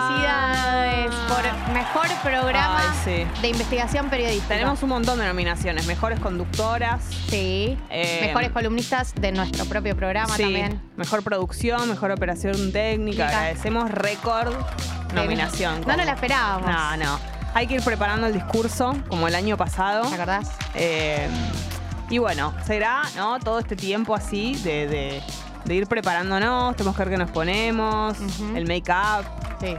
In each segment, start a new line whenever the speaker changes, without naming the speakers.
Felicidades por mejor programa
Ay, sí.
de investigación periodística.
Tenemos un montón de nominaciones. Mejores conductoras.
Sí.
Eh,
Mejores columnistas de nuestro propio programa
sí,
también.
Mejor producción, mejor operación técnica.
Mica.
Agradecemos récord nominación.
No nos la esperábamos.
No, no. Hay que ir preparando el discurso, como el año pasado.
¿Te acordás?
Eh, y bueno, será, ¿no? Todo este tiempo así de, de- de ir preparándonos, tenemos que ver qué nos ponemos,
Ujú.
el make-up.
Sí.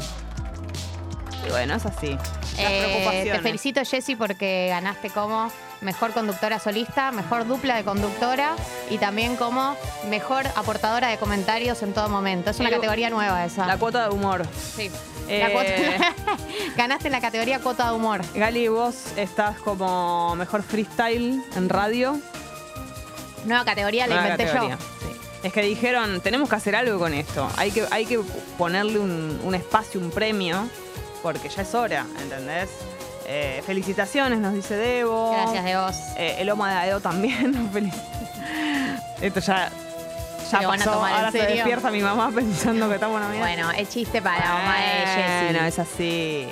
Y bueno, es así. Las
Eh,
preocupaciones.
te felicito, Jessy, porque ganaste como mejor conductora solista, mejor dupla de conductora y también como mejor aportadora de comentarios en todo momento. Es una
El-
categoría nueva esa.
Eh, La cuota de humor.
Sí.
Eh,
La cuota- ganaste en la categoría cuota de humor.
Gali, vos estás como mejor freestyle en radio.
Nueva categoría, la
Nueva
inventé
categoría,
yo.
sí. Es que dijeron, tenemos que hacer algo con esto. Hay que, hay que ponerle un, un espacio, un premio, porque ya es hora, ¿entendés? Eh, felicitaciones, nos dice Debo.
Gracias de vos.
Eh, el Oma de Aedo también. nos felici- Esto ya, ya
Lo van a
pasó.
tomar en
Ahora se
serio.
despierta mi mamá pensando que estamos nominados.
Bueno, es chiste para mamá de Jessy.
Bueno, es así.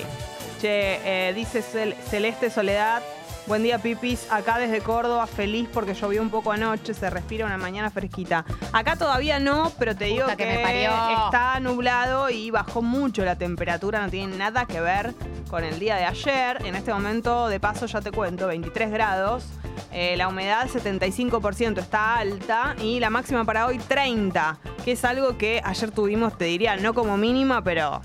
Che, eh, dice Cel- Celeste Soledad. Buen día, Pipis. Acá desde Córdoba, feliz porque llovió un poco anoche, se respira una mañana fresquita. Acá todavía no, pero te digo
Puta
que,
que me parió.
está nublado y bajó mucho la temperatura, no tiene nada que ver con el día de ayer. En este momento, de paso, ya te cuento, 23 grados. Eh, la humedad 75% está alta y la máxima para hoy 30, que es algo que ayer tuvimos, te diría, no como mínima, pero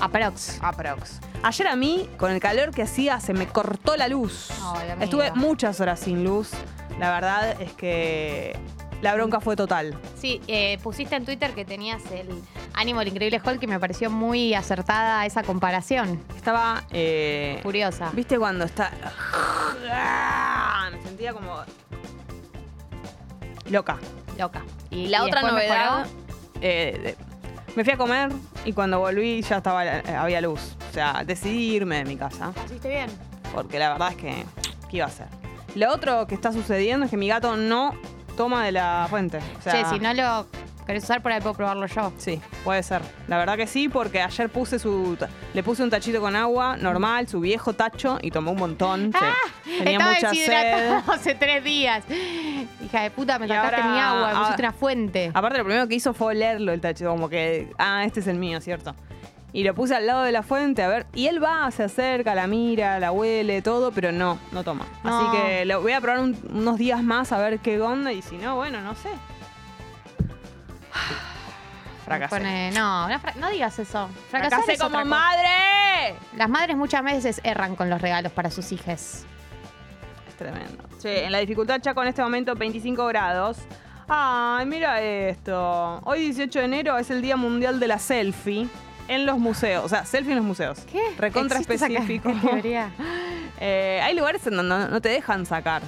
Aprox.
Aprox. Ayer a mí, con el calor que hacía, se me cortó la luz.
Ay, amiga.
Estuve muchas horas sin luz. La verdad es que la bronca fue total.
Sí, eh, pusiste en Twitter que tenías el ánimo del increíble Hulk y me pareció muy acertada esa comparación.
Estaba. eh,
Curiosa.
¿Viste cuando está.? Me sentía como. Loca.
Loca.
Y la otra
después
novedad-
mejoró.
Eh, de- me fui a comer y cuando volví ya estaba eh, había luz. O sea, decidí irme de mi casa.
¿Hiciste bien?
porque la verdad es que, ¿qué iba a hacer? Lo otro que está sucediendo es que mi gato no toma de la fuente. O sea,
Che, si no lo querés usar, por ahí puedo probarlo yo.
Sí, puede ser. La verdad que sí, porque ayer puse su, le puse un tachito con agua normal, su viejo tacho, y tomó un montón. sí. Tenía
Ah, Estaba
mucha sed.
deshidratado hace tres días. Hija de puta, me
Y
sacaste
ahora- Ah,
mi agua, me
ahora-
pusiste una fuente.
Aparte, lo primero que hizo fue olerlo el tachito, como que, ah, este es el mío, ¿cierto? Y lo puse al lado de la fuente, a ver, y él va, se acerca, la mira, la huele, todo, pero no, no toma.
No.
Así que lo voy a probar un- unos días más a ver qué onda, y si no, bueno, no sé.
Me
Fracasé.
pone- no, no, fra- no digas eso. Fracasar
Fracasé
es otra
como
cosa.
madre.
Las madres muchas veces erran con los regalos para sus hijas.
Es tremendo. Che, en la dificultad Chaco en este momento 25 grados. Ay, mira esto. Hoy 18 de enero es el Día Mundial de la Selfie en los museos. O sea, selfie en los museos.
¿Qué?
Recontra
¿Existe esa
específico.
categoría?
Eh, hay lugares en donde no te dejan sacar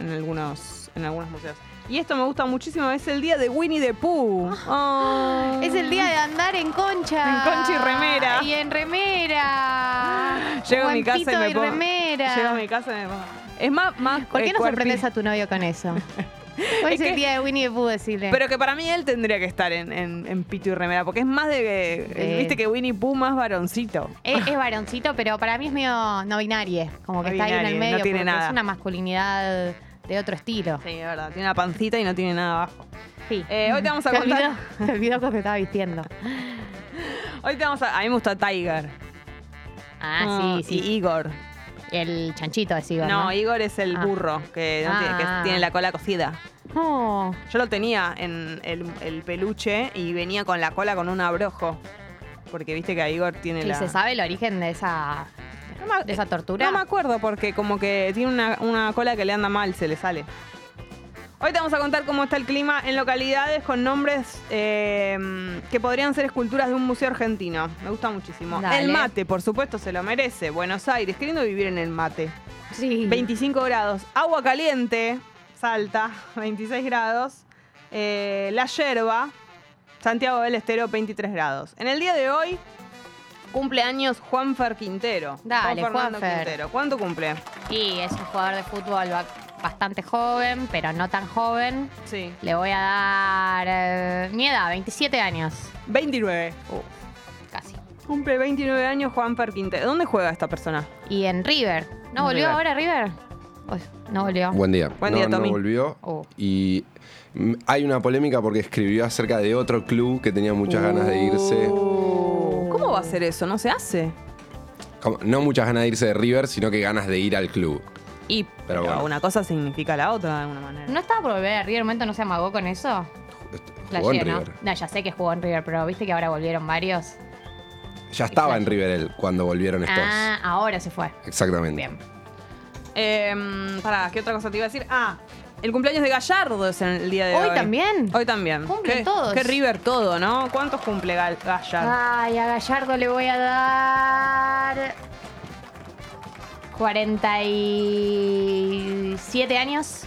en algunos, en algunos museos. Y esto me gusta muchísimo, es el día de Winnie the Pooh. Ah.
Es el día de andar en concha.
En concha y remera.
Y en remera.
Llego a mi casa y
Guantito
me pongo-
remera.
Llego a mi casa y me pongo- Es más, más
¿Por
eh,
qué no
cuerpi-
sorprendes a tu novio con eso? Hoy
Es
es,
que-
el día de Winnie the Pooh, decirle.
Pero que para mí él tendría que estar en, en- en pito y remera, porque es más de.
De-
Viste que Winnie Pooh más varoncito.
Es, es varoncito, pero para mí es medio no binario. Como que
No
está ahí en
binarie,
el
no
medio.
tiene
porque
nada.
Es una masculinidad de otro estilo.
Sí, es verdad. Tiene una pancita y no tiene nada abajo.
Sí.
Eh, hoy te vamos a
Se
contar-
olvidó- se olvidó cómo se estaba vistiendo.
Hoy te vamos a. A mí me gusta Tiger. Mm,
Ah, sí,
Y
sí.
Igor.
el chanchito de Sigor,
No,
¿no?
Igor es el
Ah.
burro que, no tiene, que
Ah.
tiene la cola cocida.
Oh,
Yo lo tenía en el, el peluche y venía con la cola con un abrojo. Porque viste que a Igor tiene
¿Y
la.
se sabe el origen de esa,
No me ac-
de esa tortura?
Ah, No me acuerdo porque como que tiene una, una cola que le anda mal, se le sale. Hoy te vamos a contar cómo está el clima en localidades con nombres eh, que podrían ser esculturas de un museo argentino. Me gusta muchísimo.
Dale.
El mate, por supuesto, se lo merece. Buenos Aires, queriendo vivir en el mate.
sí.
25 grados. Agua caliente, Salta, 26 grados. Eh, la yerba, Santiago del Estero, 23 grados. En el día de hoy, cumpleaños Juanfer Quintero.
Dale,
Juan Fernando
Juanfer.
Quintero. ¿Cuánto cumple?
Y es un jugador de fútbol ba- bastante joven, pero no tan joven.
Sí.
Le voy a dar eh, mi edad, 27 años,
29.
casi.
Cumple 29 años Juan Quintero. ¿Dónde juega esta persona?
Y en River. ¿No
En
volvió
River.
ahora River? Uy, no volvió.
Buen día.
Buen
no,
día,
no
Tommy.
volvió.
Oh.
Y mm, hay una polémica porque escribió acerca de otro club que tenía muchas ganas de irse.
Uh, ¿Cómo va a ser eso? ¿No se hace?
Como- no muchas ganas de irse de River, sino que ganas de ir al club.
Y pero
bueno.
una cosa significa la otra de alguna manera.
¿No estaba por volver a River? ¿En un momento no se amagó con eso?
Jugó en
Flashé, ¿no?
River.
No, ya sé que jugó en River, pero viste que ahora volvieron varios.
Ya estaba en River él cuando volvieron estos.
Ah, ahora se fue.
Exactamente.
Bien.
Eh, pará, ¿qué otra cosa te iba a decir? Ah, el cumpleaños de Gallardo es el día de hoy.
¿Hoy también?
Hoy también.
Cumplen
Qué-
todos. Ah.
Qué River todo, ¿no? ¿Cuántos cumple Gal- Gallardo?
Ay, a Gallardo le voy a dar 47 años.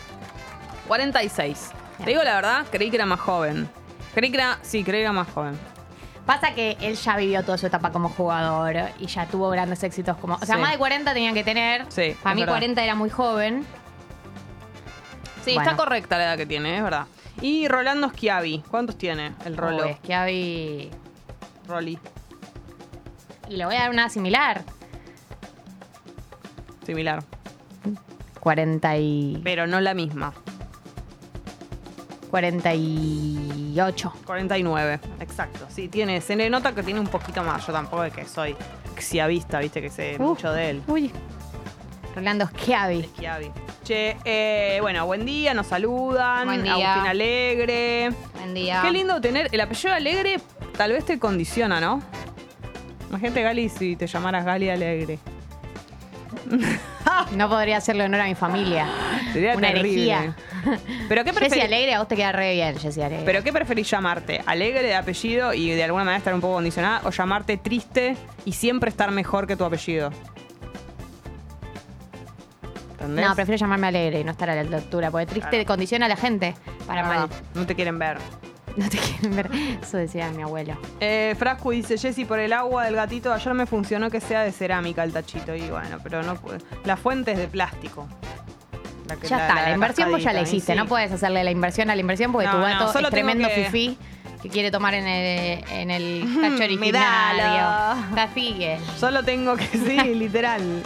46. Te digo la verdad, creí que era más joven. Creí que era, sí, creí que era más joven.
Pasa que él ya vivió toda su etapa como jugador y ya tuvo grandes éxitos como... O sea,
Sí.
más de 40 tenían que tener.
Sí,
Para
es
mí
verdad.
40 era muy joven.
Sí,
Bueno.
está correcta la edad que tiene, es verdad. Y Rolando Schiavi, ¿cuántos tiene el Rolo?
Uy, es que Avi-
Rolly.
Y le voy a dar una similar.
Similar.
40 y...
Pero no la misma.
48.
49. Exacto. Sí, tiene. Se le nota que tiene un poquito más. Yo tampoco es que soy xiavista, viste, que sé
Uh.
mucho de él.
Uy. Rolando Schiavi.
Schiavi. Che, eh, bueno, buen día, nos saludan.
Buen día.
Agustín Alegre.
Buen día.
Qué lindo tener. El apellido Alegre tal vez te condiciona, ¿no? Imagínate, Gali, si te llamaras Gali Alegre.
No podría hacerle honor a mi familia.
Sería
Una
terrible.
herejía.
Pero qué
Jessy
preferís.
Alegre, a vos te queda re bien, Jessy Alegre.
¿Pero qué preferís llamarte? ¿Alegre de apellido y de alguna manera estar un poco condicionada? ¿O llamarte triste y siempre estar mejor que tu apellido? ¿Entendés?
no, prefiero llamarme Alegre y no estar a la altura, porque triste
Claro.
condiciona a la gente para
Ah,
mal.
No te quieren ver.
No te quieren ver. Eso decía mi abuelo.
Eh, Frasco dice, Jessy, por el agua del gatito ayer me funcionó que sea de cerámica el tachito. Y bueno, pero no puede. La fuente es de plástico. La que-
Ya está, la, inversión vos ya la
cascadita, y
hiciste,
sí.
no puedes hacerle la inversión a la inversión porque
No,
tu
no,
gato
solo
es
tengo
tremendo
que-
fifí que quiere tomar en el, en el cacho originario.
dalo.
Está sigue.
Solo tengo que, sí, literal.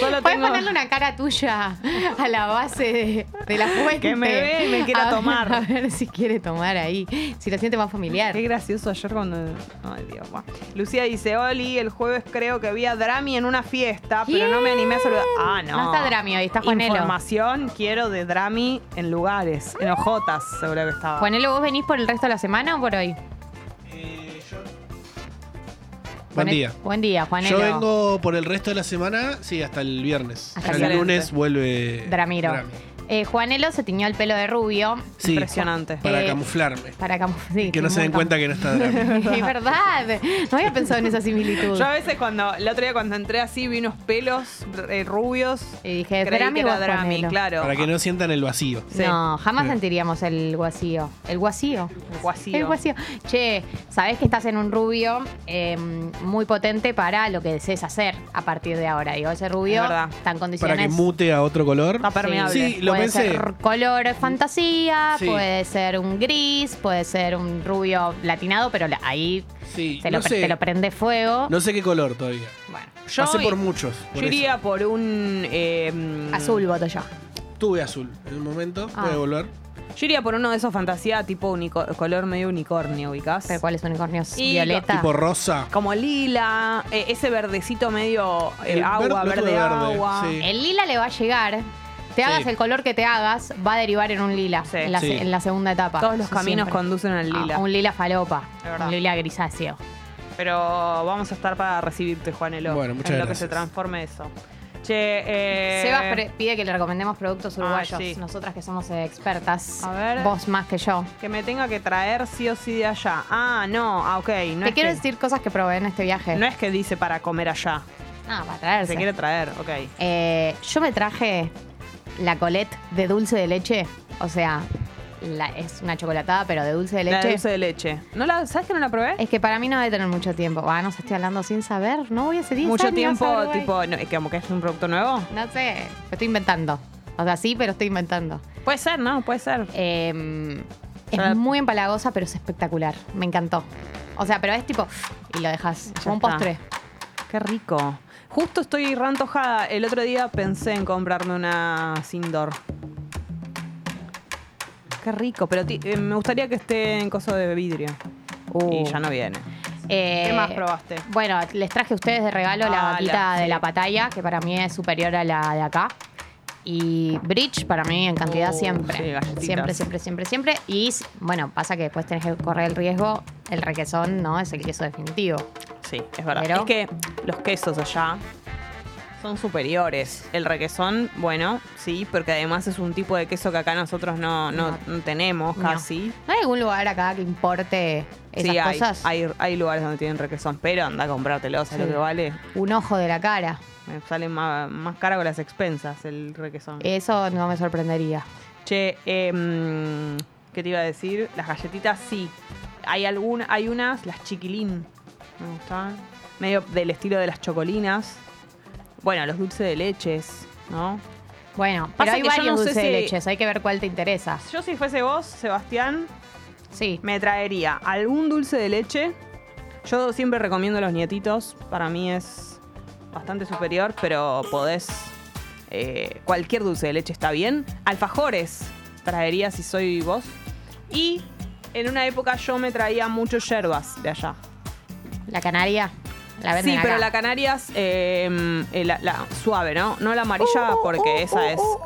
Solo
Puedes
tengo...
ponerle una cara tuya a la base de, de la fuente.
Que me ve y me quiera
A ver-
tomar.
A ver si quiere tomar ahí. Si lo siente más familiar.
Qué gracioso ayer cuando. Ay, Dios, guau. Lucía dice: Oli, el jueves creo que vi a Drami en una fiesta, pero no me animé a saludar. Ah, no.
No está Drami hoy, está Juanelo.
Información quiero de Drami en lugares, en Ojotas, seguro que estaba.
Ponelo, ¿vos venís por el resto de la semana o por hoy?
Buen
Juane-
día.
Buen día, Juanelo.
Yo vengo por el resto de la semana, sí, hasta el viernes.
Hasta
Ya
el
el
viernes.
lunes vuelve.
Dramiro.
Drami.
Eh, Juanelo se tiñó el pelo de rubio
Sí,
Impresionante.
Para
Eh,
camuflarme.
para cam- sí,
Que no se den cuenta que no está Drami.
Es verdad. No había pensado en esa similitud.
Yo a veces cuando. El otro día cuando entré así vi unos pelos eh, rubios.
Y dije,
Creí
Drami
que
o
era
Juanelo.
Drami, claro.
Para que no sientan el vacío.
Sí.
No, jamás
Sí.
sentiríamos el guasío. El guasío.
El guasío.
El guasío. Che, sabés que estás en un rubio eh, muy potente para lo que desees hacer a partir de ahora. Digo, ese rubio
Es verdad.
está en condiciones.
Para que mute a otro color.
Está permeable.
Sí, lo
puede
pensé.
ser color eh, fantasía,
Sí.
puede ser un gris, puede ser un rubio latinado, pero la- ahí
Sí,
se
no
lo, pre-
sé.
te lo prende fuego.
No sé qué color todavía.
Bueno,
Yo
Pasé por
i-
muchos.
Yo
Por
iría por un. eh,
azul voto yo.
eso. Tuve azul en un momento.
Ah.
Puede volver.
Yo iría por uno de esos fantasía tipo unico- color medio unicornio, ubicás.
Pero ¿cuáles unicornios?
Y-
Violeta.
Tipo rosa.
como lila, eh, ese verdecito medio eh,
El
agua,
verde-
verde,
el otro verde,
agua.
sí.
El lila le va a llegar. Te hagas el color que te hagas, va a derivar en un lila
Sí.
en, la, se-
Sí.
en la segunda etapa.
Todos los
Eso
caminos
siempre.
conducen al
A-
lila.
a un lila falopa,
Es verdad.
un lila grisáceo.
Pero vamos a estar para recibirte, Juanelo.
Bueno, muchas
en lo que
gracias.
se transforme eso. Che, eh,
Sebas pre- pide que le recomendemos productos
Ah,
uruguayos,
sí.
nosotras que somos eh, expertas.
A ver.
Vos más que yo.
que me tenga que traer sí o sí de allá. Ah, no, ah, ok. No
Te
es
quiero
que-
decir cosas que probé en este viaje.
No es que dice para comer allá.
Ah, para
Se
traerse.
quiere traer, ok.
Eh, yo me traje la colette de dulce de leche. O sea, la- es una chocolatada, pero de dulce de
La
leche.
de dulce de leche. ¿No la, ¿Sabes que no la probé?
Es que para mí no debe tener mucho tiempo. Ah, no sé, estoy hablando sin saber. No voy a seguir.
Mucho tiempo, tipo, no, es que como que es un producto nuevo.
No sé, me estoy inventando. O sea, sí, pero estoy inventando.
Puede ser, ¿no? Puede ser.
Eh, es
Ya-
muy empalagosa, pero es espectacular. Me encantó. O sea, pero es tipo. Y lo dejas
Ya
como un
está.
postre.
Qué rico. Justo estoy rantojada. El otro día pensé en comprarme una Sindor. Qué rico, pero ti- eh, me gustaría que esté en coso de vidrio.
Uh.
Y ya no viene.
Eh,
¿Qué más probaste?
Bueno, les traje a ustedes de regalo la
Ah,
vaquita
la-
de
sí.
la pataya, que para mí es superior a la de acá. Y bridge para mí en cantidad
Oh,
siempre.
sí, galletitas.
siempre, siempre, siempre, siempre. Y s- bueno, pasa que después tenés que correr el riesgo. El requesón no es el queso definitivo.
Sí, es verdad.
Pero-
Es que los quesos allá son superiores. El requesón, bueno, sí, porque además es un tipo de queso que acá nosotros no, no-
No.
no tenemos
No.
casi.
¿No hay algún lugar acá que importe esas
sí, hay,
cosas?
Hay, hay lugares donde tienen requesón, pero anda a comprártelo, ¿sabes
Sí.
lo que vale?
Un ojo de la cara.
Me sale más, más caro que las expensas el requesón.
Eso no me sorprendería.
Che, eh, mm, ¿qué te iba a decir? Las galletitas sí. Hay algunas, hay unas, las chiquilín. Me gustaban. Medio del estilo de las chocolinas. Bueno, los dulces de leches, ¿no?
Bueno, pero
Pasa
hay
que yo
varios
no sé
dulces de
si-
leches, hay que ver cuál te interesa.
Yo si fuese vos, Sebastián,
Sí.
me traería algún dulce de leche. Yo siempre recomiendo los nietitos. Para mí es bastante superior, pero podés. eh, cualquier dulce de leche está bien. Alfajores traería si soy vos. Y en una época yo me traía muchos yerbas de allá.
La canaria. La venden
sí, pero
acá.
la Canarias eh, eh, la, la suave, ¿no? No la amarilla
Oh,
porque esa es.
oh,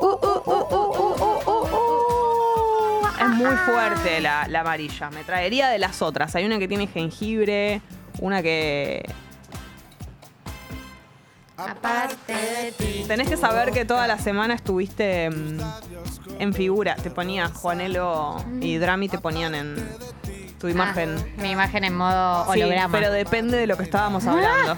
Es muy
Ah.
fuerte la, la amarilla. Me traería de las otras. Hay una que tiene jengibre, una que. Tenés que saber que toda la semana estuviste mm, en figura. Te ponía Juanelo y Drami te ponían en tu imagen.
Mm. Ah, mi imagen en modo
Sí,
holograma.
pero depende de lo que estábamos hablando.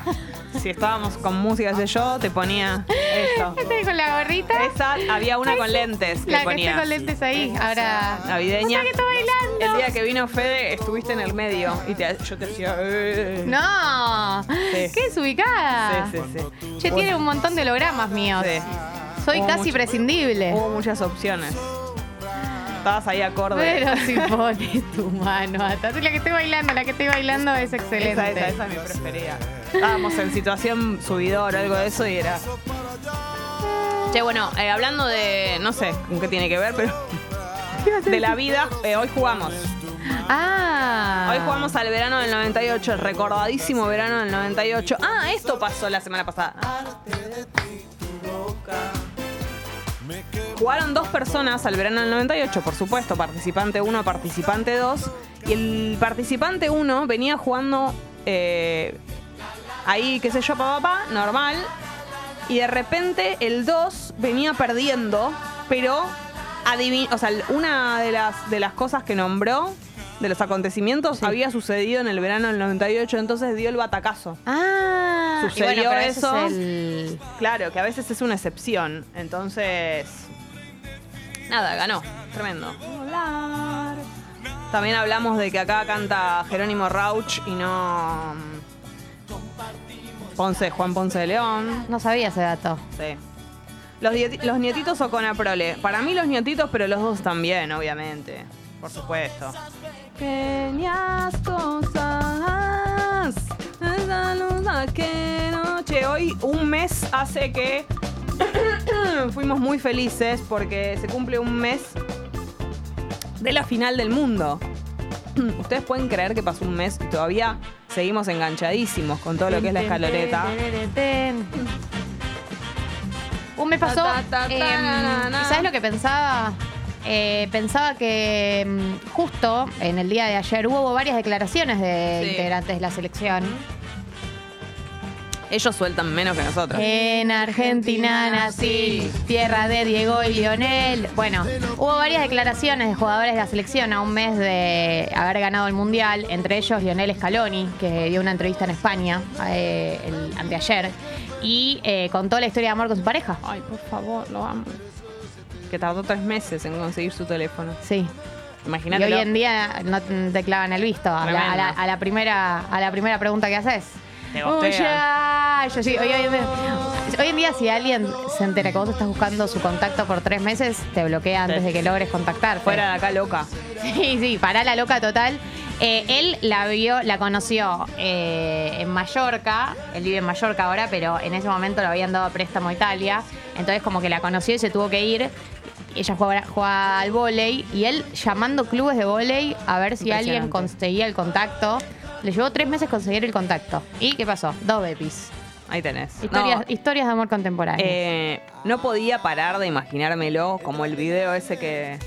Si estábamos con música, qué sé yo, te ponía esto.
Este con la gorrita?
Esa, había una con lentes que
la que esté
ponía. Ah,
con lentes ahí. Ahora.
Navideña.
O sea que está bailando.
El día que vino Fede, estuviste en el medio y te- yo te decía. "Eh".
No.
Sí.
Qué desubicada.
Sí, sí, sí.
Che, tiene un montón de hologramas míos.
Sí.
Soy
Hubo
casi
mucho-
prescindible.
Hubo muchas opciones. Estabas ahí acorde.
Pero si pones tu mano atrás. La que estoy bailando, la que estoy bailando es excelente.
esa, esa, esa es mi preferida. Estábamos en situación subidor, algo de eso, y era. Che, bueno, eh, hablando de. No sé con qué tiene que ver, pero. De la vida, eh, hoy jugamos.
Ah.
Hoy jugamos al verano del 98, el recordadísimo verano del 98. Ah, esto pasó la semana pasada. Jugaron dos personas al verano del 98, por supuesto, participante 1, participante 2. Y el participante 1 venía jugando eh, ahí, qué sé yo, papá, papá, normal. Y de repente el 2 venía perdiendo, pero adivi- o sea, una de las, de las cosas que nombró, de los acontecimientos, había sucedido en el verano del 98, entonces dio el batacazo.
Ah. y
Sucedió
bueno, pero
eso.
es el-
Claro, que a veces es una excepción, entonces... Nada, ganó. Tremendo. Volar. También hablamos de que acá canta Jerónimo Rauch y no... mm, Ponce, Juan Ponce de León.
No sabía ese dato.
Sí. Los, dieti- los nietitos o con prole. Para mí los nietitos, pero los dos también, obviamente. Por supuesto. Pequeñas cosas. Esa luz a que noche. Hoy un mes hace que fuimos muy felices porque se cumple un mes de la final del mundo. Ustedes pueden creer que pasó un mes y todavía seguimos enganchadísimos con todo lo que es la escaloreta.
Uh, me pasó.
Ta, ta, ta,
eh,
na, na, na.
¿y ¿Sabes lo que pensaba? Eh, pensaba que mm, justo en el día de ayer hubo varias declaraciones de
Sí.
integrantes de la selección.
Ellos sueltan menos que nosotros.
En Argentina nací, tierra de Diego y Lionel. Bueno, hubo varias declaraciones de jugadores de la selección a un mes de haber ganado el Mundial, entre ellos Lionel Scaloni, que dio una entrevista en España eh, el, anteayer, y eh, contó la historia de amor con su pareja.
Ay, por favor, lo amo. Que tardó tres meses en conseguir su teléfono.
Sí. Y
Imagínate.
hoy en día no te clavan el visto a la, a la- a la primera, a la primera pregunta que haces.
Te gostean.
Uy, ya. Yo sí, hoy, hoy en día- hoy en día si alguien se entera que vos estás buscando su contacto por tres meses, te bloquea antes
Sí.
de que logres contactar. pues.
Fuera de acá, loca.
Sí, sí, pará la loca total. Eh, él la vio, la conoció eh, en Mallorca, él vive en Mallorca ahora, pero en ese momento lo habían dado a préstamo a Italia, entonces como que la conoció y se tuvo que ir. Ella jugaba, jugaba al vóley y él llamando clubes de vóley a ver si alguien
Impresionante.
conseguía el contacto. Le llevó tres meses conseguir el contacto. ¿Y qué pasó? Dos bepis.
Ahí tenés.
Historias,
No,
historias de amor contemporáneo.
eh, no podía parar de imaginármelo como el video ese que,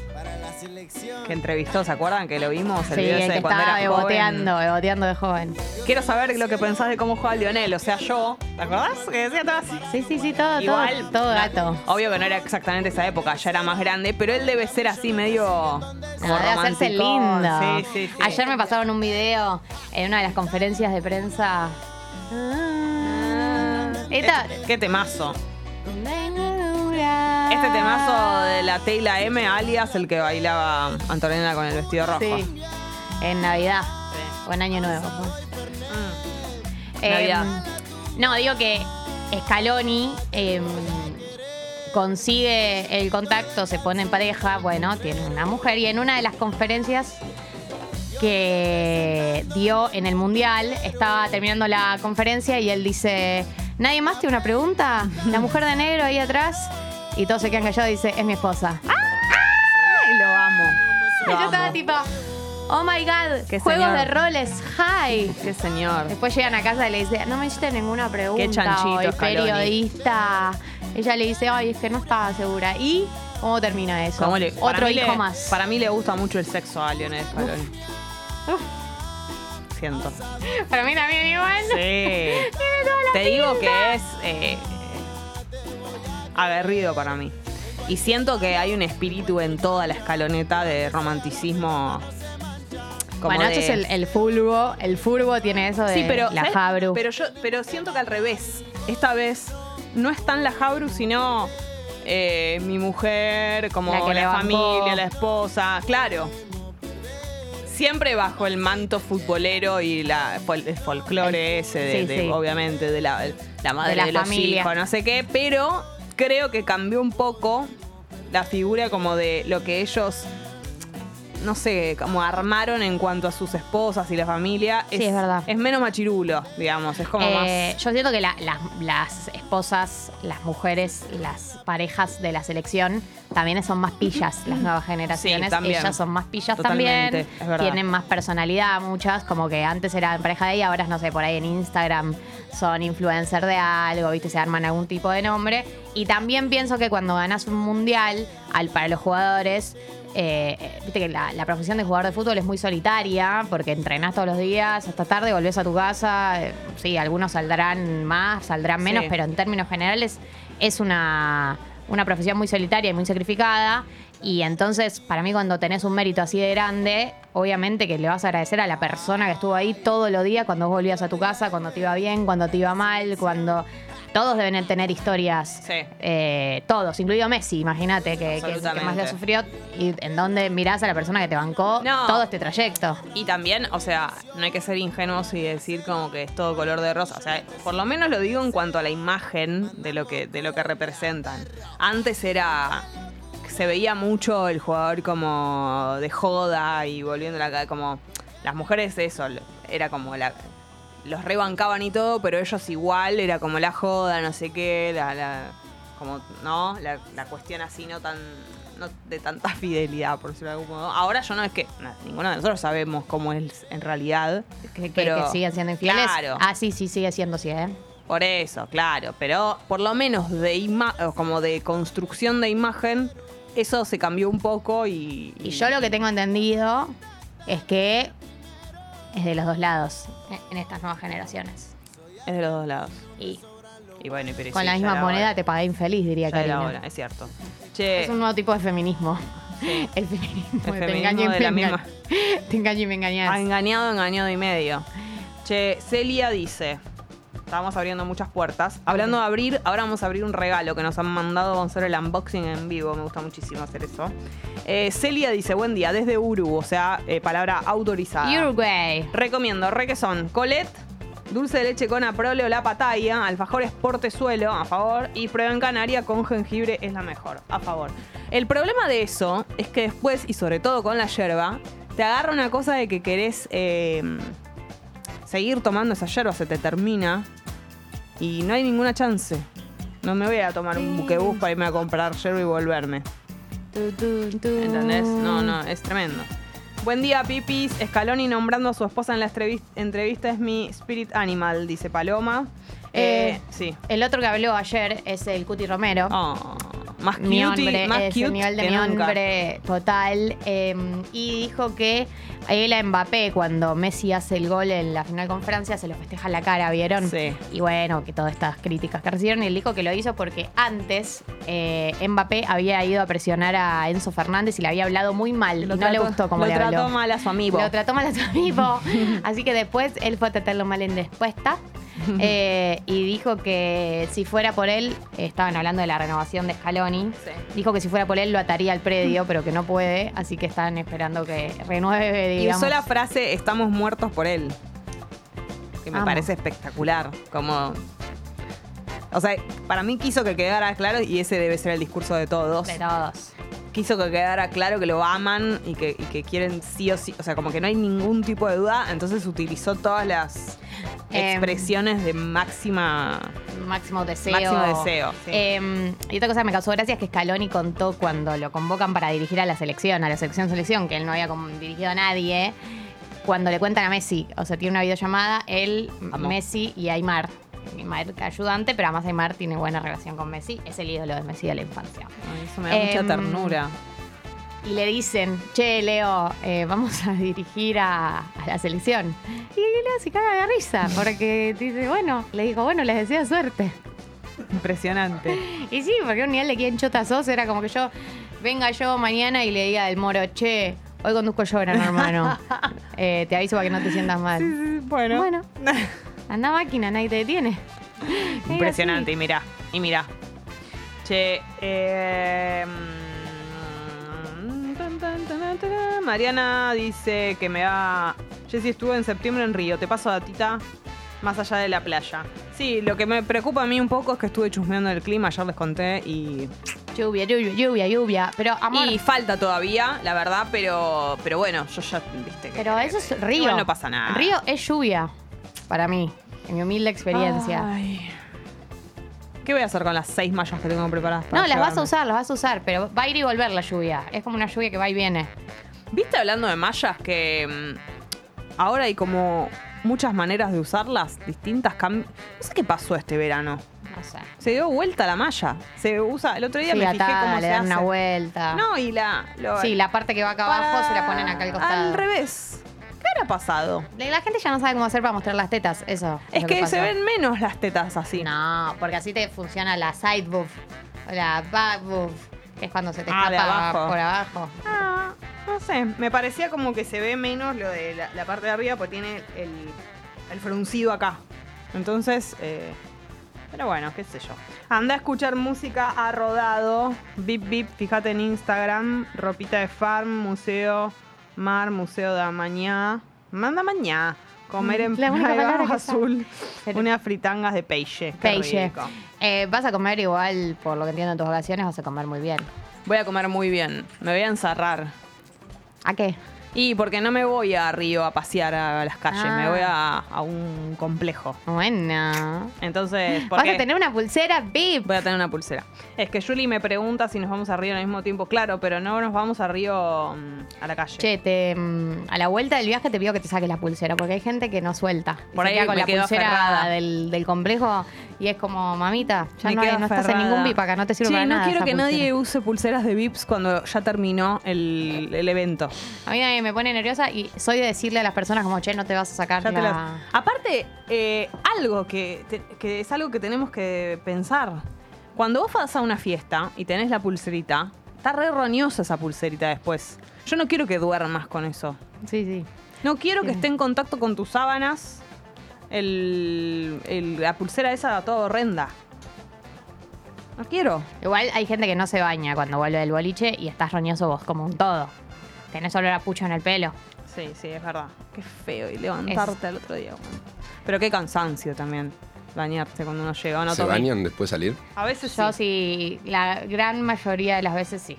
que entrevistó, ¿se acuerdan que lo vimos? El
sí,
video ese
el que
de cuando
estaba
era joven.
beboteando, beboteando de joven.
Quiero saber lo que pensás de cómo juega Lionel, o sea, yo. ¿Te acordás? Que decía todo así.
Sí, sí, sí, todo,
Igual,
todo, todo
no,
gato.
Obvio que no era exactamente esa época, ya era más grande, pero él debe ser así medio. Como
Ah, de hacerse
romanticón.
lindo.
Sí, sí, sí.
Ayer me pasaron un video en una de las conferencias de prensa.
Ah.
Esta.
Este Qué temazo. Este temazo de la Tela M, alias el que bailaba Antonella con el vestido rojo.
Sí. En Navidad. O en Año Nuevo. pues.
Mm.
Eh,
Navidad.
no, digo que Scaloni eh, consigue el contacto, se pone en pareja, bueno, tiene una mujer y en una de las conferencias que dio en el Mundial, estaba terminando la conferencia y él dice, ¿nadie más tiene una pregunta? La mujer de negro ahí atrás y todos se quedan callados y dice, es mi esposa. ¡Ah!
Ay, lo amo.
Yo
Lo
estaba
amo.
tipo, oh my god,
Qué
juegos
señor.
de roles, hi.
Qué señor.
Después llegan a casa y le dice, no me hiciste ninguna pregunta.
Qué chanchito,
o el
Scaloni.
periodista. Ella le dice, ay, es que no estaba segura. ¿Y cómo termina eso?
Cómo le- para
Otro
mí
hijo
le-
más.
Para mí le gusta mucho el sexo a Lionel Scaloni. Siento.
Para mí también igual.
Sí. Te digo que es eh, aguerrido para mí. Y siento que hay un espíritu en toda la escaloneta de romanticismo. Como
bueno,
de-
esto es el, el furbo. El furbo tiene eso de
Sí, pero,
la
¿sabes?
Jabru.
Pero, yo, pero siento que al revés. Esta vez no es tan la Jabru, sino eh, mi mujer, como
La
la,
que le bancó.
familia, la esposa. Claro. Siempre bajo el manto futbolero y la, fol- el folclore ese, de,
sí,
de-
sí.
obviamente, de la, la madre
De
de,
la
los
familia.
hijos, no sé qué. Pero creo que cambió un poco la figura como de lo que ellos no sé, como armaron en cuanto a sus esposas y la familia.
Sí, es verdad.
Es menos machirulo, digamos. Es como
Eh,
más.
Yo siento que la- las- las esposas, las mujeres, las parejas de la selección también son más pillas, las nuevas generaciones.
también.
Ellas son más pillas
Totalmente,
también.
es verdad.
Tienen más personalidad, muchas, como que antes eran pareja de ahí, ahora no sé, por ahí en Instagram son influencer de algo, viste, se arman algún tipo de nombre. Y también pienso que cuando ganas un mundial, al, para los jugadores, eh, eh, viste que la, la profesión de jugador de fútbol es muy solitaria, porque entrenás todos los días, hasta tarde volvés a tu casa. eh, sí, algunos saldrán más, saldrán menos,
Sí.
pero en términos generales es una, una profesión muy solitaria y muy sacrificada. Y entonces, para mí, cuando tenés un mérito así de grande, obviamente que le vas a agradecer a la persona que estuvo ahí todos los días, cuando vos volvías a tu casa, cuando te iba bien, cuando te iba mal, cuando. Todos deben tener historias.
Sí.
eh, todos, incluido Messi, imagínate, que, que es el que más le
Absolutamente.
sufrió. Y en donde mirás a la persona que te bancó
No.
todo este trayecto.
Y también, o sea, no hay que ser ingenuos y decir como que es todo color de rosa. O sea, por lo menos lo digo en cuanto a la imagen de lo que, de lo que representan. Antes era. Se veía mucho el jugador como de joda y volviendo la como. Las mujeres, eso, lo- era como la. Los rebancaban y todo, pero ellos igual, era como la joda, no sé qué, la. la- como, ¿no? La, la cuestión así no tan. no de tanta fidelidad, por decirlo de algún modo. Ahora yo no es que. no, ninguno de nosotros sabemos cómo es en realidad.
Que, que-
pero-
que siguen siendo infieles.
Claro.
Ah, sí, sí, sigue siendo, sí, ¿eh?
Por eso, claro, pero por lo menos de ima- o como de construcción de imagen, eso se cambió un poco y,
Y yo lo que tengo entendido es que es de los dos lados eh, en estas nuevas generaciones.
es de los dos lados.
Y
Y bueno, pero
con
sí,
la
ya
misma
era
moneda
hora.
te pagué infeliz, diría
ya era
Karina.
hora, Eh. es cierto. Che,
Es un nuevo tipo de feminismo. El feminismo,
El
de te
feminismo
engaño y
de
me
la
enga-
misma.
Te engaño y me engañas.
ha engañado, engañado y medio. Che, Celia dice, estábamos abriendo muchas puertas. Hablando de abrir, ahora vamos a abrir un regalo que nos han mandado, vamos a hacer el unboxing en vivo, me gusta muchísimo hacer eso. Eh, Celia dice, buen día, desde Uru, o sea, eh, palabra autorizada.
Uruguay.
Recomiendo, re que son Colette, dulce de leche con aprole o la pataya, alfajores portezuelo, a favor, y prueba en canaria con jengibre es la mejor, a favor. El problema de eso es que después, y sobre todo con la yerba, te agarra una cosa de que querés eh, seguir tomando esa yerba, se te termina y no hay ninguna chance. No me voy a tomar un buquebús para irme a comprar yerba y volverme. ¿Entendés? No, no, es tremendo. Buen día, Pipis. Scaloni nombrando a su esposa en la entrevis- entrevista es mi spirit animal, dice Paloma. Eh,
Eh,
sí.
El otro que habló ayer es el Cuti Romero.
Oh, más
mi
cutie,
hombre,
más
es
cute
el nivel de
que
mi
nunca.
hombre total. eh, y dijo que a él a Mbappé, cuando Messi hace el gol en la final con Francia, se lo festeja la cara, ¿vieron?
Sí.
Y bueno, que todas estas críticas que recibieron, y él dijo que lo hizo porque antes eh, Mbappé había ido a presionar a Enzo Fernández y le había hablado muy mal. y no le
trató-
gustó como
lo
le habló.
trató mal a su amigo.
Lo trató mal a su amigo. Así que después él fue a tratarlo mal en respuesta. eh, y dijo que si fuera por él, estaban hablando de la renovación de Scaloni.
Sí.
Dijo que si fuera por él lo ataría al predio, pero que no puede, así que están esperando que renueve,
Y
digamos.
usó la frase estamos muertos por él. Que me
Amo.
parece espectacular. Como. O sea, para mí quiso que quedara claro, y ese debe ser el discurso de todos.
de todos.
Quiso que quedara claro que lo aman y que, y que quieren sí o sí. O sea, como que no hay ningún tipo de duda. Entonces utilizó todas las
Em.
expresiones de máxima.
Máximo deseo.
Máximo deseo, sí.
Eh, y otra cosa que me causó gracia es que Scaloni contó cuando lo convocan para dirigir a la selección, a la selección selección, que él no había como dirigido a nadie. Cuando le cuentan a Messi, o sea, tiene una videollamada, él,
Amo.
Messi y Aymar. Aymar ayudante, pero además Aymar tiene buena relación con Messi, es el ídolo de Messi de la infancia.
Ay, Eso me da mucha
Em.
ternura.
Y le dicen, che, Leo, eh, vamos a dirigir a, a la selección. Y Leo se caga de risa, porque dice, bueno, le dijo, bueno, les deseo suerte.
Impresionante.
Y sí, porque un nivel de quién chota sos era como que yo venga yo mañana y le diga al moro, che, hoy conduzco yo, gran hermano. Eh, te aviso para que no te sientas mal.
Bueno.
Bueno, anda máquina, nadie te detiene. Es
Impresionante, y
así.
mirá, y mirá. Che, eh, mm, tan, tan, tan, tan, tan. Mariana dice que me va... Jessy estuve en septiembre en Río, te paso datita más allá de la playa. Sí, lo que me preocupa a mí un poco es que estuve chusmeando el clima, ayer les conté, y,
Lluvia, lluvia, lluvia, lluvia. Pero, amor,
y falta todavía, la verdad, pero, pero bueno, yo ya, viste que...
pero eso es río.
Igual no pasa nada.
Río es lluvia, para mí, en mi humilde experiencia.
Ay. ¿Qué voy a hacer con las seis mallas que tengo preparadas? para
No, las vas a
llevarme?
usar, las vas a usar, pero va a ir y volver la lluvia. Es como una lluvia que va y viene.
¿Viste hablando de mallas que mm, ahora hay como muchas maneras de usarlas, distintas cam- No sé qué pasó este verano.
No sé.
Se dio vuelta la malla. Se usa. El otro día
Sí,
me fijé
atada,
cómo
le
se
dan
hace.
una vuelta.
No, y la. lo-
Sí, la parte que va acá
para-
abajo se la ponen acá al costado.
Al revés. ¿Qué habrá pasado?
La la gente ya no sabe cómo hacer para mostrar las tetas, eso.
Es
lo
que,
pasa.
se ven menos las tetas así.
No, porque así te funciona la side boob, o la back boob, que es cuando se te
Ah, de
escapa
abajo.
por abajo.
Ah, no sé. Me parecía como que se ve menos lo de la, la parte de arriba porque tiene el, el fruncido acá. Entonces, eh, pero bueno, qué sé yo. Anda a escuchar música a rodado. Bip bip, fíjate en Instagram. Ropita de Farm, Museo Mar, Museo de Amañá. Manda mañana. Comer en
Mm, La única
Playa
palabra que
azul.
Pero-
Unas fritangas de peixe. qué
Peixe.
rico.
Eh, vas a comer igual, por lo que entiendo en tus vacaciones, vas a comer muy bien.
Voy a comer muy bien. Me voy a encerrar.
¿A qué?
Y porque no me voy a Río a pasear a las calles,
Ah.
me voy a, a un complejo.
Bueno.
Entonces, ¿por
Vas
qué?
a tener una pulsera VIP.
voy a tener una pulsera. Es que Julie me pregunta si nos vamos a Río al mismo tiempo. Claro, pero no nos vamos a Río mm, a la calle.
Che, te, mm, a la vuelta del viaje te pido que te saques la pulsera, porque hay gente que no suelta. Y
Por
se
ahí
queda con
me
la
quedo
pulsera
aferrada.
del, del complejo y es como, mamita, ya
Me
no,
quedo
hay- no estás en
aferrada.
ningún VIP acá, no te sirve
Che,
para
no
nada.
quiero
esa
que nadie
pulsera.
use pulseras de VIPs cuando ya terminó el, el evento.
A mí nadie me pone nerviosa y soy de decirle a las personas como, che, no te vas a sacar
Ya te
la...
las- Aparte, eh, algo que, te- que es algo que tenemos que pensar. Cuando vos vas a una fiesta y tenés la pulserita, está re roñosa esa pulserita después. Yo no quiero que duermas con eso.
Sí, sí.
No quiero que
Sí.
esté en contacto con tus sábanas el, el- la pulsera esa toda horrenda. No quiero.
Igual hay gente que no se baña cuando vuelve del boliche y estás roñoso vos como un todo. Tenés olor a pucho en el pelo.
Sí, sí, es verdad. Qué feo. Y levantarte al otro día. bueno. Pero qué cansancio también bañarse cuando uno llega. ¿o No
¿Se
Tommy?
bañan después de salir?
A veces
Yo
sí.
sí, la gran mayoría de las veces sí.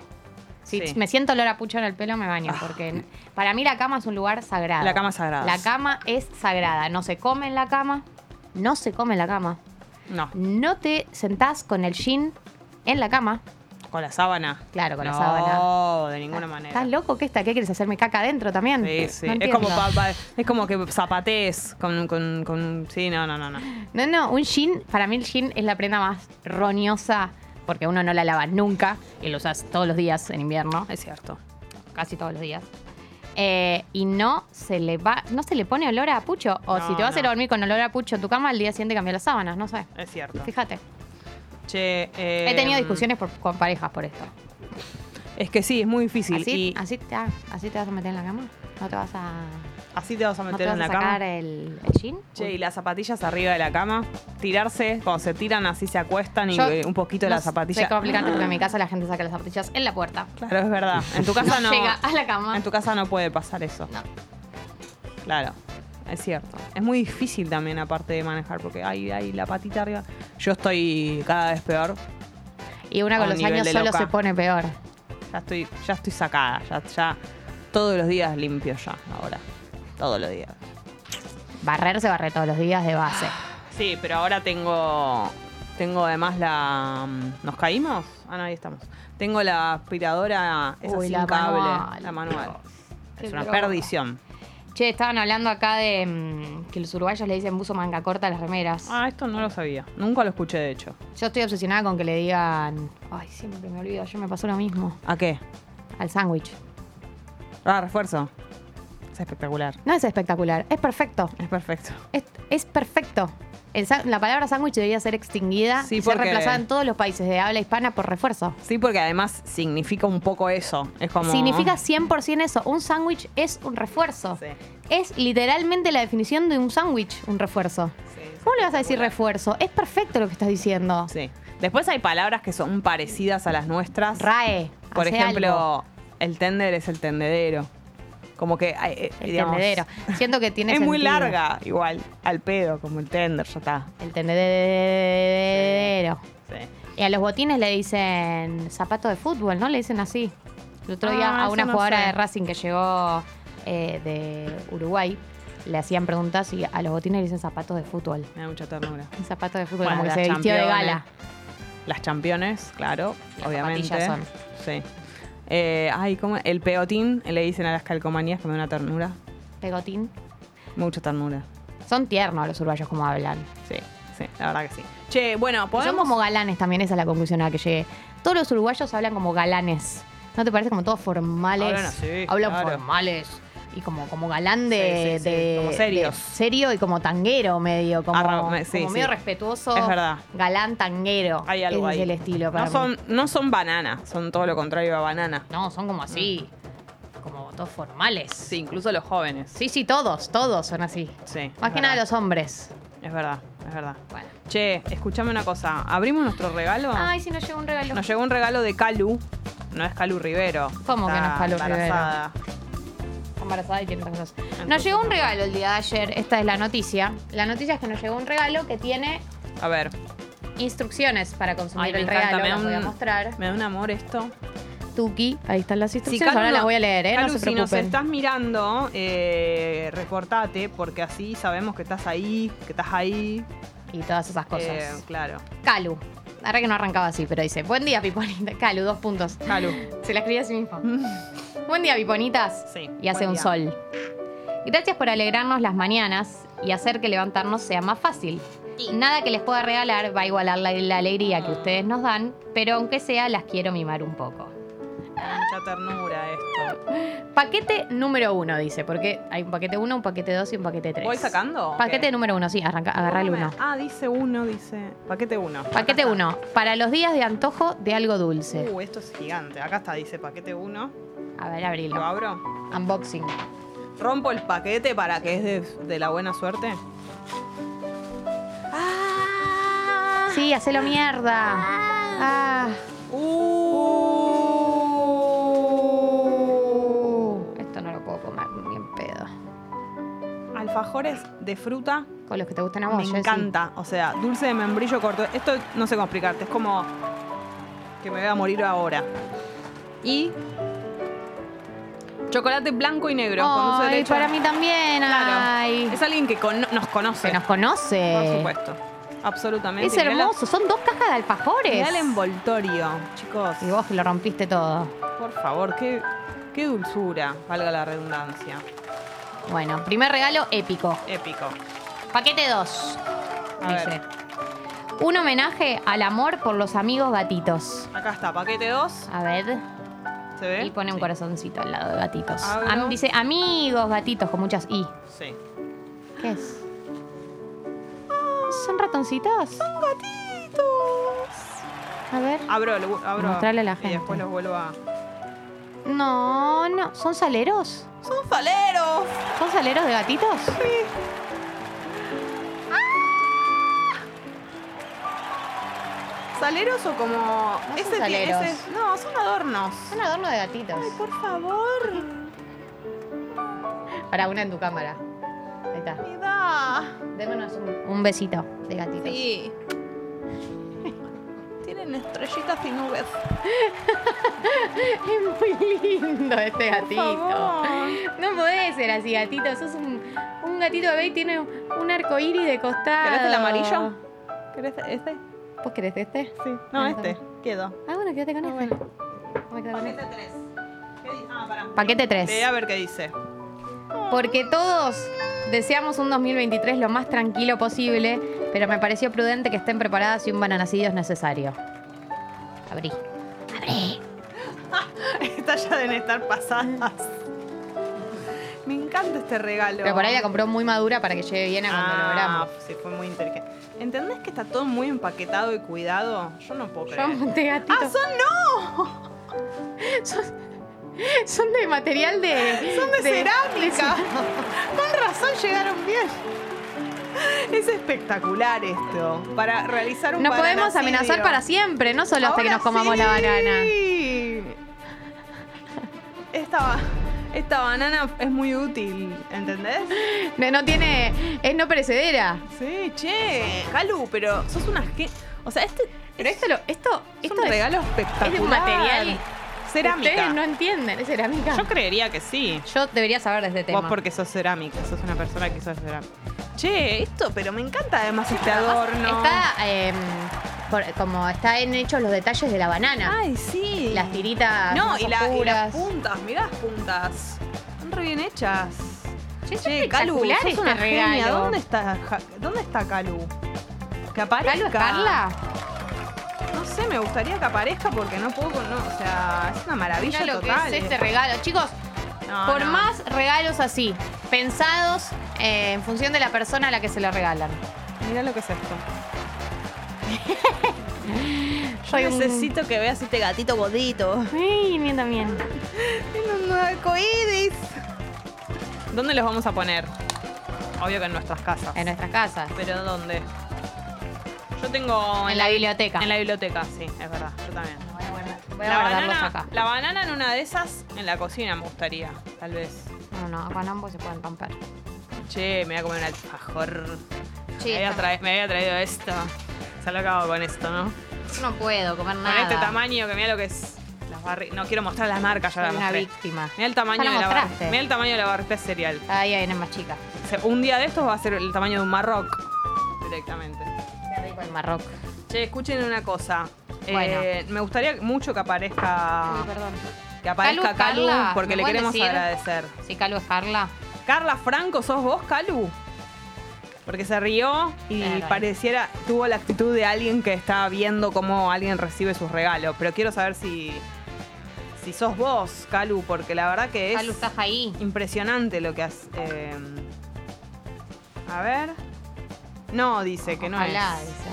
Si
Sí. Ah.
me siento olor a pucho en el pelo, me baño. Porque n- para mí la cama es un lugar sagrado.
La cama es sagrada.
La cama es sagrada. No se come en la cama. No se come en la cama.
No,
No te sentás con el jean en la cama.
con la sábana.
Claro, con la
no,
sábana.
de ninguna manera.
¿Estás loco? ¿Qué está? ¿Qué quieres hacerme caca adentro también?
Sí, sí.
No
es,
entiendo.
como pa- pa- es como que zapatees con, con, con- Sí, no, no, no. no.
No, no, un jean, para mí el jean es la prenda más roñosa porque uno no la lava nunca y lo usas todos los días en invierno,
Es cierto.
casi todos los días. Eh, y no se le va, no se le pone olor a pucho. O
No,
si te vas a ir
no.
a dormir con olor a pucho en tu cama, al día siguiente cambiar las sábanas, no sé.
Es cierto.
Fíjate.
Che, eh,
He tenido discusiones por- con parejas por esto.
Es que sí, es muy difícil.
Así,
y
así, te, ah, así te vas a meter en la cama. No te vas a,
así te vas a
no
meter
te vas
en
a
la
sacar
cama.
eh. el, el jean.
Che,
Uy.
y las zapatillas arriba de la cama, tirarse, cuando se tiran así se acuestan y
Yo
eh, un poquito de
no
la zapatilla.
Sé cómo explicarte porque en mi casa la gente saca las zapatillas en la puerta.
Claro, es verdad. En tu casa no.
No llega a la cama.
En tu casa no puede pasar eso.
Ah. No.
Claro. Es cierto. Es muy difícil también aparte de manejar porque hay, hay la patita arriba. Yo estoy cada vez peor.
Y una
a
con
un
los
nivel
años
de
solo
loca.
se pone peor.
Ya estoy, ya estoy sacada. Ya, ya todos los días limpio ya ahora. Todos los días.
Barrer se barre todos los días de base.
Sí, pero ahora tengo. Tengo además la. mm, ¿Nos caímos? Ah, no, ahí estamos. Tengo la aspiradora esa
Uy,
sin
la
cable,
manual.
la manual.
Qué
es una
bronca.
perdición.
Che, estaban hablando acá de mm, que los uruguayos le dicen buzo manga corta a las remeras.
Ah, esto no lo sabía. Nunca lo escuché, de hecho.
Yo estoy obsesionada con que le digan. Ay, siempre me olvido, yo me pasó lo mismo.
¿A qué?
Al sándwich.
Ah, refuerzo. Es espectacular.
No es espectacular, es perfecto.
Es perfecto.
Es, es perfecto. El sa- la palabra sándwich debería ser extinguida
Sí,
y ser
porque-
reemplazada en todos los países de habla hispana por refuerzo.
Sí, porque además significa un poco eso. Es como.
Significa 100% eso. Un sándwich es un refuerzo.
Sí,
Es literalmente la definición de un sándwich, un refuerzo.
sí, es
¿Cómo le vas a decir
espectacular.
refuerzo? Es perfecto lo que estás diciendo.
Sí. Después hay palabras que son parecidas a las nuestras.
RAE.
Por
hace
ejemplo,
algo.
el tender es el tendedero. Como que. ay, eh,
el
digamos,
tendedero. Siento que tiene
Es muy
sentido.
larga, igual, al pedo, como el tender, ya está.
El tendedero.
Sí.
Y a los botines le dicen zapato de fútbol, ¿no? Le dicen así. El otro
Ah,
día a
eso
una
no
jugadora
sé.
de Racing que llegó eh, de Uruguay le hacían preguntas y a los botines le dicen zapatos de fútbol.
Me da mucha ternura.
Un zapato de fútbol,
Bueno,
como
las
que se vistió de
championes.
gala.
Las championes, claro,
Las
obviamente.
zapatillas son.
Sí. Eh, ay, ¿cómo? El peotín, le dicen a las calcomanías que me da una ternura.
Pegotín.
Mucha ternura.
Son tiernos los uruguayos como hablan.
Sí, sí, la verdad que sí. Che, bueno,
Y Son
podemos.
como galanes también, esa es la conclusión a la que llegué. Todos los uruguayos hablan como galanes. ¿No te parece como todos formales?
Hablan así,
Hablan
claro.
formales. Y como, como galán de,
Sí, sí, sí,
de-
como serios.
de serio y como tanguero medio, como,
Arra- me- sí,
como medio
sí.
respetuoso.
Es verdad.
Galán tanguero.
Hay algo
Ese
ahí.
es el estilo para
no
mí.
son, no son banana, son todo lo contrario a banana.
No, son como así. Como todos formales.
Mm. Sí, incluso los jóvenes.
sí, sí, todos, todos son así.
Sí.
Más
es
que nada
verdad.
los hombres.
Es verdad, es verdad.
Bueno.
Che, escúchame una cosa. ¿Abrimos nuestro regalo?
Ay, si nos llegó un regalo.
Nos llegó un regalo de Calu. No es Calu Rivero.
¿Cómo que no es Calu
embarazada.
embarazada y tiene otras cosas. Nos
Entonces,
llegó un
no.
regalo el día de ayer. Esta es la noticia. La noticia es que nos llegó un regalo que tiene
A ver.
instrucciones para consumir
me
el
encanta,
regalo.
me da
Las voy a
un-
mostrar.
Me da un amor esto.
Tuki, ahí están las
Si
instrucciones. Ahora
Calu
las
no-
voy a leer, ¿eh?
Calu,
no se
si nos
preocupen.
estás mirando, eh, reportate, porque así sabemos que estás ahí, que estás ahí.
Y todas esas cosas.
Eh, claro.
Calu. Ahora que no arrancaba así, pero dice, buen día, Piponita. Calu, dos puntos.
Calu.
Se la escribí a sí mismo. buen día, Piponitas.
Sí,
Y hace
buen
un
día.
sol. Gracias por alegrarnos las mañanas y hacer que levantarnos sea más fácil. Nada que les pueda regalar va a igualar la, la alegría que ustedes nos dan, pero aunque sea, las quiero mimar un poco.
Mucha ternura esto.
Paquete número uno, dice, porque hay un paquete uno, un paquete dos y un paquete tres.
¿Voy sacando? o
Paquete
qué?
número uno, sí, arranca, agarra el uno.
Ah, dice uno, dice. Paquete uno.
Paquete
Acá
uno, para los días de antojo de algo
está.
dulce.
Uh, esto es gigante. Acá está, dice paquete uno.
A ver,
Lo
abrilo.
abro.
Unboxing.
Rompo el paquete para que es de, de la buena suerte. ¡Ah!
Sí, hacelo mierda. Ah,
¡Uh!
esto no lo puedo comer, ni en pedo.
Alfajores de fruta.
Con los que te gustan a vos,
me
Jessy.
encanta. O sea, dulce de membrillo corto. Esto no sé cómo explicarte. Es como que me voy a morir ahora. Y chocolate blanco y negro. con dulce de
Ay,
leche.
para mí también.
Claro.
Ay,
Es alguien que cono- nos conoce.
que nos conoce.
Por supuesto. Absolutamente.
Es
Y mirá la-
hermoso. Son dos cajas de alfajores.
mirá el envoltorio, chicos.
Y vos que lo rompiste todo.
Por favor, qué, qué dulzura, valga la redundancia.
Bueno, primer regalo épico.
Épico.
Paquete 2.
A ver.
Un homenaje al amor por los amigos gatitos.
Acá está, paquete 2.
A ver.
¿Se ve?
Y pone un
Sí.
corazoncito al lado de gatitos.
Abro.
Am- dice amigos gatitos con muchas i.
Sí.
¿Qué es?
Ah.
Son ratoncitos. Son gatitos. A ver.
Abro, lo- abro.
Mostrale a la gente.
Y después los vuelvo a.
No, no. ¿Son saleros?
¡Son faleros!
¿Son saleros de gatitos?
¿Saleros o como.?
son
ti-
saleros.
No, son adornos.
Son adorno de gatitos.
Ay, por favor.
Para una en tu cámara. Ahí está.
Mi da.
Démonos un, un besito de gatitos.
Sí. Tienen estrellitas y nubes.
Es muy lindo este gatito.
favor.
No podés ser así, gatito. Sos un, un gatito bebé y tiene un arco iris de costado.
¿Querés el amarillo? ¿Querés este?
¿Vos querés este?
Sí. No,
Ah,
este.
está
Quedo.
Ah, bueno, quédate con
Ah,
este.
bueno.
Vamos a quedar con este.
tres. ¿Qué dice? Ah, pará.
Paquete
Leí
3.
a ver qué dice.
Porque todos deseamos un 2023 lo más tranquilo posible, pero me pareció prudente que estén preparadas y un bananacillo es necesario. Abrí.
Estas ya deben estar pasadas. Me encanta este regalo.
Pero por ahí la compró muy madura para que llegue bien a cuando lo
Ah,
abramos.
sí, fue muy inteligente. ¿Entendés que está todo muy empaquetado y cuidado? Yo no puedo
Yo
creer.
monté gatito.
¡Ah, son no!
Son de material de.
¡Son de, cerámica! Con razón llegaron bien. Es espectacular esto. Para realizar un
No podemos amenazar para siempre, no solo hasta que nos comamos la banana.
Esta, ba- esta banana es muy útil, ¿entendés?
No, no tiene. Es no perecedera.
Sí, che. Calu, pero sos una... ge- O sea, este
Pero esto, lo, esto,
es
esto
un regalo espectacular.
es de un material.
Cerámica.
Ustedes no entienden, es cerámica.
Yo creería que sí.
Yo debería saber de este tema.
Vos porque sos cerámica, sos una persona que sos cerámica. Che, esto, pero me encanta además este adorno.
Está em, por- como está en hechos los detalles de la banana.
Ay, sí.
Las tiritas.
No,
más
y, la- y las
oscuras.
puntas, mirá las puntas. Están re bien hechas.
Che, es
Calu,
espectacular
sos
este
una genia.
regalo.
¿Dónde está, Ja- ¿Dónde está Calu? Que aparezca.
¿Carlo es Carla?
No sé, me gustaría que aparezca porque no puedo, con- no, o sea, es una maravilla
Mirá lo que
total. eh.
es este regalo. Chicos,
No,
Por
no.
más regalos así, pensados eh, en función de la persona a la que se lo regalan.
Mirá lo que es esto.
Soy un-
que veas este gatito godito.
Ay, mío también.
Tiene un arcoíris. ¿Dónde los vamos a poner? Obvio que en nuestras casas.
En nuestras casas.
¿Pero dónde? Yo tengo...
En la biblioteca.
En la biblioteca, sí, es verdad. Yo también.
Voy a guardar- voy a
La
guardarlos
banana,
acá.
la banana en una de esas, en la cocina me gustaría, tal vez.
No, no, con ambos se pueden romper.
Che, me voy a comer un alfajor.
Sí,
me, había
está-
trae- me había traído esto. Se lo acabo con esto, ¿no?
Yo no puedo comer nada.
Con este tamaño que mira lo que es. Las barri- no quiero mostrar las marcas, ya
Soy
las
una
mostré.
víctima.
Mira el tamaño
Ya la
de la barra.
mostraste.
Mira el tamaño de la barrita cereal.
Ahí hay una más chica.
O sea, un día de estos va a ser el tamaño de un marroc directamente.
Qué rico el Marroc.
Che, escuchen una cosa. Eh,
Bueno.
me gustaría mucho que aparezca
perdón.
que aparezca
Calu,
Calu,
Carla,
porque
¿me
le
pueden
queremos
decir?
agradecer.
Si Calvo es Carla.
Carla Franco, ¿sos vos, Calu? Porque se rió y
Claro. eh.
pareciera, tuvo la actitud de alguien que está viendo cómo alguien recibe sus regalos. Pero quiero saber si, si sos vos, Calu, porque la verdad que es
Calvo, estás ahí.
impresionante lo que has. eh, a ver. No, dice que no
Ojalá,
es.
dice.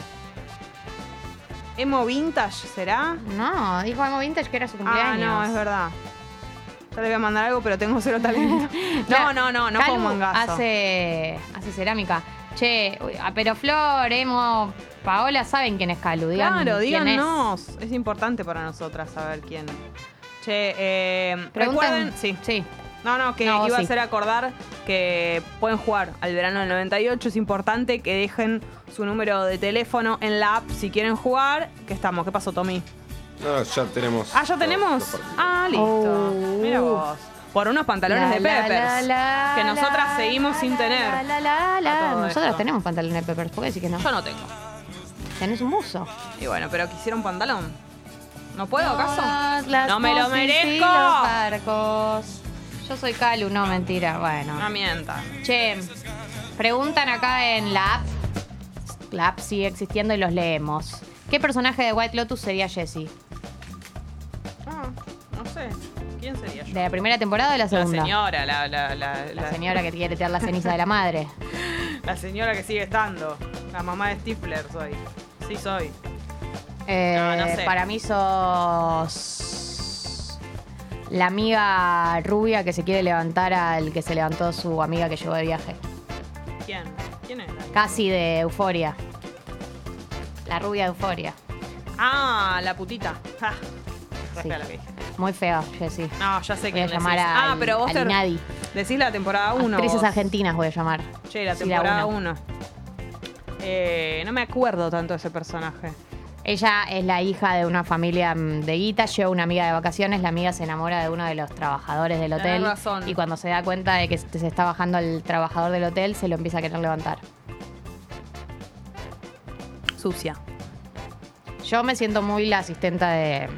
¿Emo Vintage será?
No, dijo Emo Vintage que era su
Ah,
cumpleaños.
no, es verdad. Yo le voy a mandar algo, pero tengo cero talento. No, no, no, no
Calu
como mangazo.
Hace, hace cerámica. Che, uy, ah, pero Flor, Emo, Paola saben quién es Calu. Digan
Claro,
quién es.
díganos. Es. importante para nosotras saber quién. Che, eh, recuerden.
Preguntan-
Sí.
sí.
No, no, que
No, vos
iba
sí.
a ser acordar que pueden jugar al verano del 98. Es importante que dejen su número de teléfono en la app si quieren jugar. ¿Qué estamos? ¿Qué pasó, Tommy?
No, ya tenemos.
Ah, ¿ya tenemos? Ah, listo.
Oh.
Mira vos. Por unos pantalones de
La, la,
Peppers.
la, la,
que
la,
nosotras seguimos
la,
sin
la,
tener.
la, la, la, la.
A todo
Nosotras
esto.
tenemos pantalones de Peppers. ¿Por qué decir que no?
Yo no tengo.
Tenés un buzo.
Y bueno, pero quisiera un pantalón. ¿No puedo, acaso?
Todas las
¡No me lo
cosas y
merezco!
los barcos. Yo soy Calu, no, mentira. Bueno.
No mientas.
Che, preguntan acá en la app. La app sigue existiendo y los leemos. ¿Qué personaje de White Lotus sería Jessie?
Ah, no sé. ¿Quién sería yo?
¿De la primera temporada o de la
La
segunda?
señora, la, la, la,
La señora que quiere tirar la ceniza de la madre.
la señora que sigue estando. La mamá de Stifler soy. Sí soy.
Eh,
No, no sé.
Para mí sos la amiga rubia que se quiere levantar al que se levantó su amiga que llegó de viaje.
¿Quién? ¿Quién es?
Casi de euforia. La rubia de euforia.
Ah, la putita. Ja. Re
Sí.
fea lo que dije.
Muy fea, Jessie.
No, ya sé
Voy
quién
a
es.
llamar
ese.
a
ah, pero vos te-
Nadie.
decís la temporada 1.
Actrices argentinas voy a llamar.
Che, la
Sí,
temporada
uno.
1. no me acuerdo tanto de ese personaje.
Ella es la hija de una familia mm, de guita, lleva una amiga de vacaciones, la amiga se enamora de uno de los trabajadores del
Tenés
hotel
razón.
y cuando se da cuenta de que se se está bajando el trabajador del hotel, se lo empieza a querer levantar.
Sucia.
Yo me siento muy la asistenta de,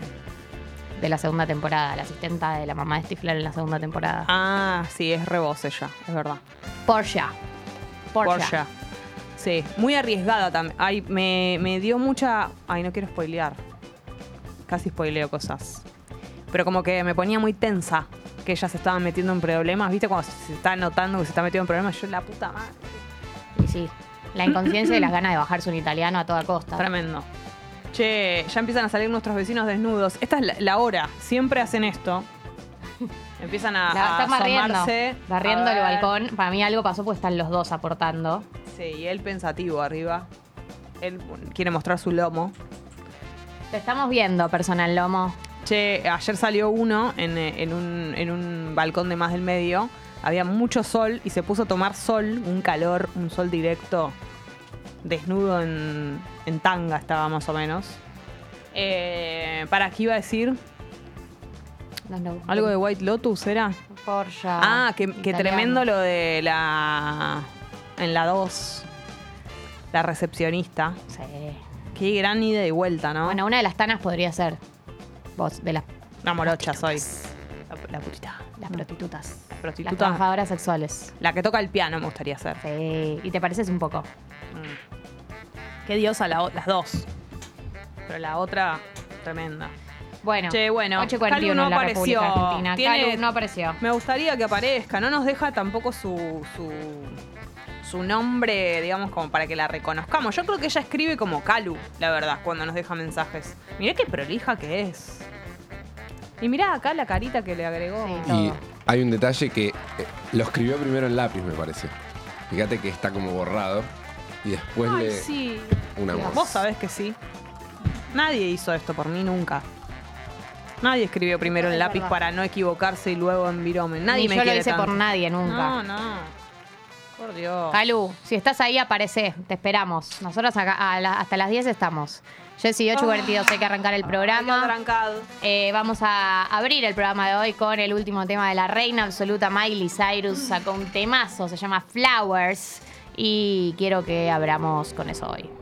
de la segunda temporada, la asistenta de la mamá de Stifler en la segunda temporada.
Ah, sí, es rebose ya, es verdad.
Porsche. Porsche.
Porsche. Sí, muy arriesgada también. Ay, me, me dio mucha. Ay, no quiero spoilear. Casi spoileo cosas. Pero como que me ponía muy tensa que ella se estaba metiendo en problemas. ¿Viste? Cuando se se está notando que se está metiendo en problemas, yo la puta madre.
Y sí, la inconsciencia y las ganas de bajarse un italiano a toda costa.
Tremendo. Che, ya empiezan a salir nuestros vecinos desnudos. Esta es la, la hora. Siempre hacen esto. Empiezan a,
La-
a
están barriendo,
Ah, asomarse.
barriendo
A
el
ver.
balcón. Para mí algo pasó porque están los dos aportando.
Sí, y él pensativo arriba. Él quiere mostrar su lomo.
Te estamos viendo, personal lomo.
Che, ayer salió uno en, eh, en un, en un balcón de más del medio. Había mucho sol y se puso a tomar sol, un calor, un sol directo, desnudo en, en tanga estaba más o menos. Eh, ¿Para qué iba a decir?
No, no.
¿Algo de White Lotus era?
Porsche.
Ah, que, que
italiano.
tremendo lo de la... En la 2, la recepcionista.
Sí.
Qué gran ida y vuelta, ¿no?
Bueno, una de las tanas podría ser vos, de las,
una morocha soy. La, la putita.
las prostitutas.
prostituta.
Las trabajadoras sexuales.
La que toca el piano me gustaría ser.
Sí. Y te pareces un poco.
Qué diosa la o- las dos. Pero la otra, tremenda.
Bueno,
Che, bueno,
8.41
Calu no
en la
apareció.
República Argentina.
Tiene-
Calu no apareció.
Me gustaría que aparezca. No nos deja tampoco su, su, su nombre, digamos, como para que la reconozcamos. Yo creo que ella escribe como Calu, la verdad, cuando nos deja mensajes. Mirá qué prolija que es. Y mirá acá la carita que le agregó.
Sí.
Y
Todo.
hay un detalle que eh, lo escribió primero en lápiz, me parece. Fíjate que está como borrado. Y después
Ay,
le.
sí.
Un amor.
Vos sabés que sí. Nadie hizo esto por mí nunca. Nadie escribió primero en
Es
lápiz
verdad.
para no equivocarse y luego en virome. Nadie
Ni
me
yo lo
quiere
hice
tanto.
por nadie nunca.
No, no. Por Dios.
Calu, si estás ahí, aparece. Te esperamos. Nosotros acá, a la- hasta las 10 estamos. Jessy 842, hay que arrancar el
Ay, qué
programa.
trancado.
Eh, vamos a abrir el programa de hoy con el último tema de la reina absoluta. Miley Cyrus sacó un temazo, se llama Flowers. Y quiero que abramos con eso hoy.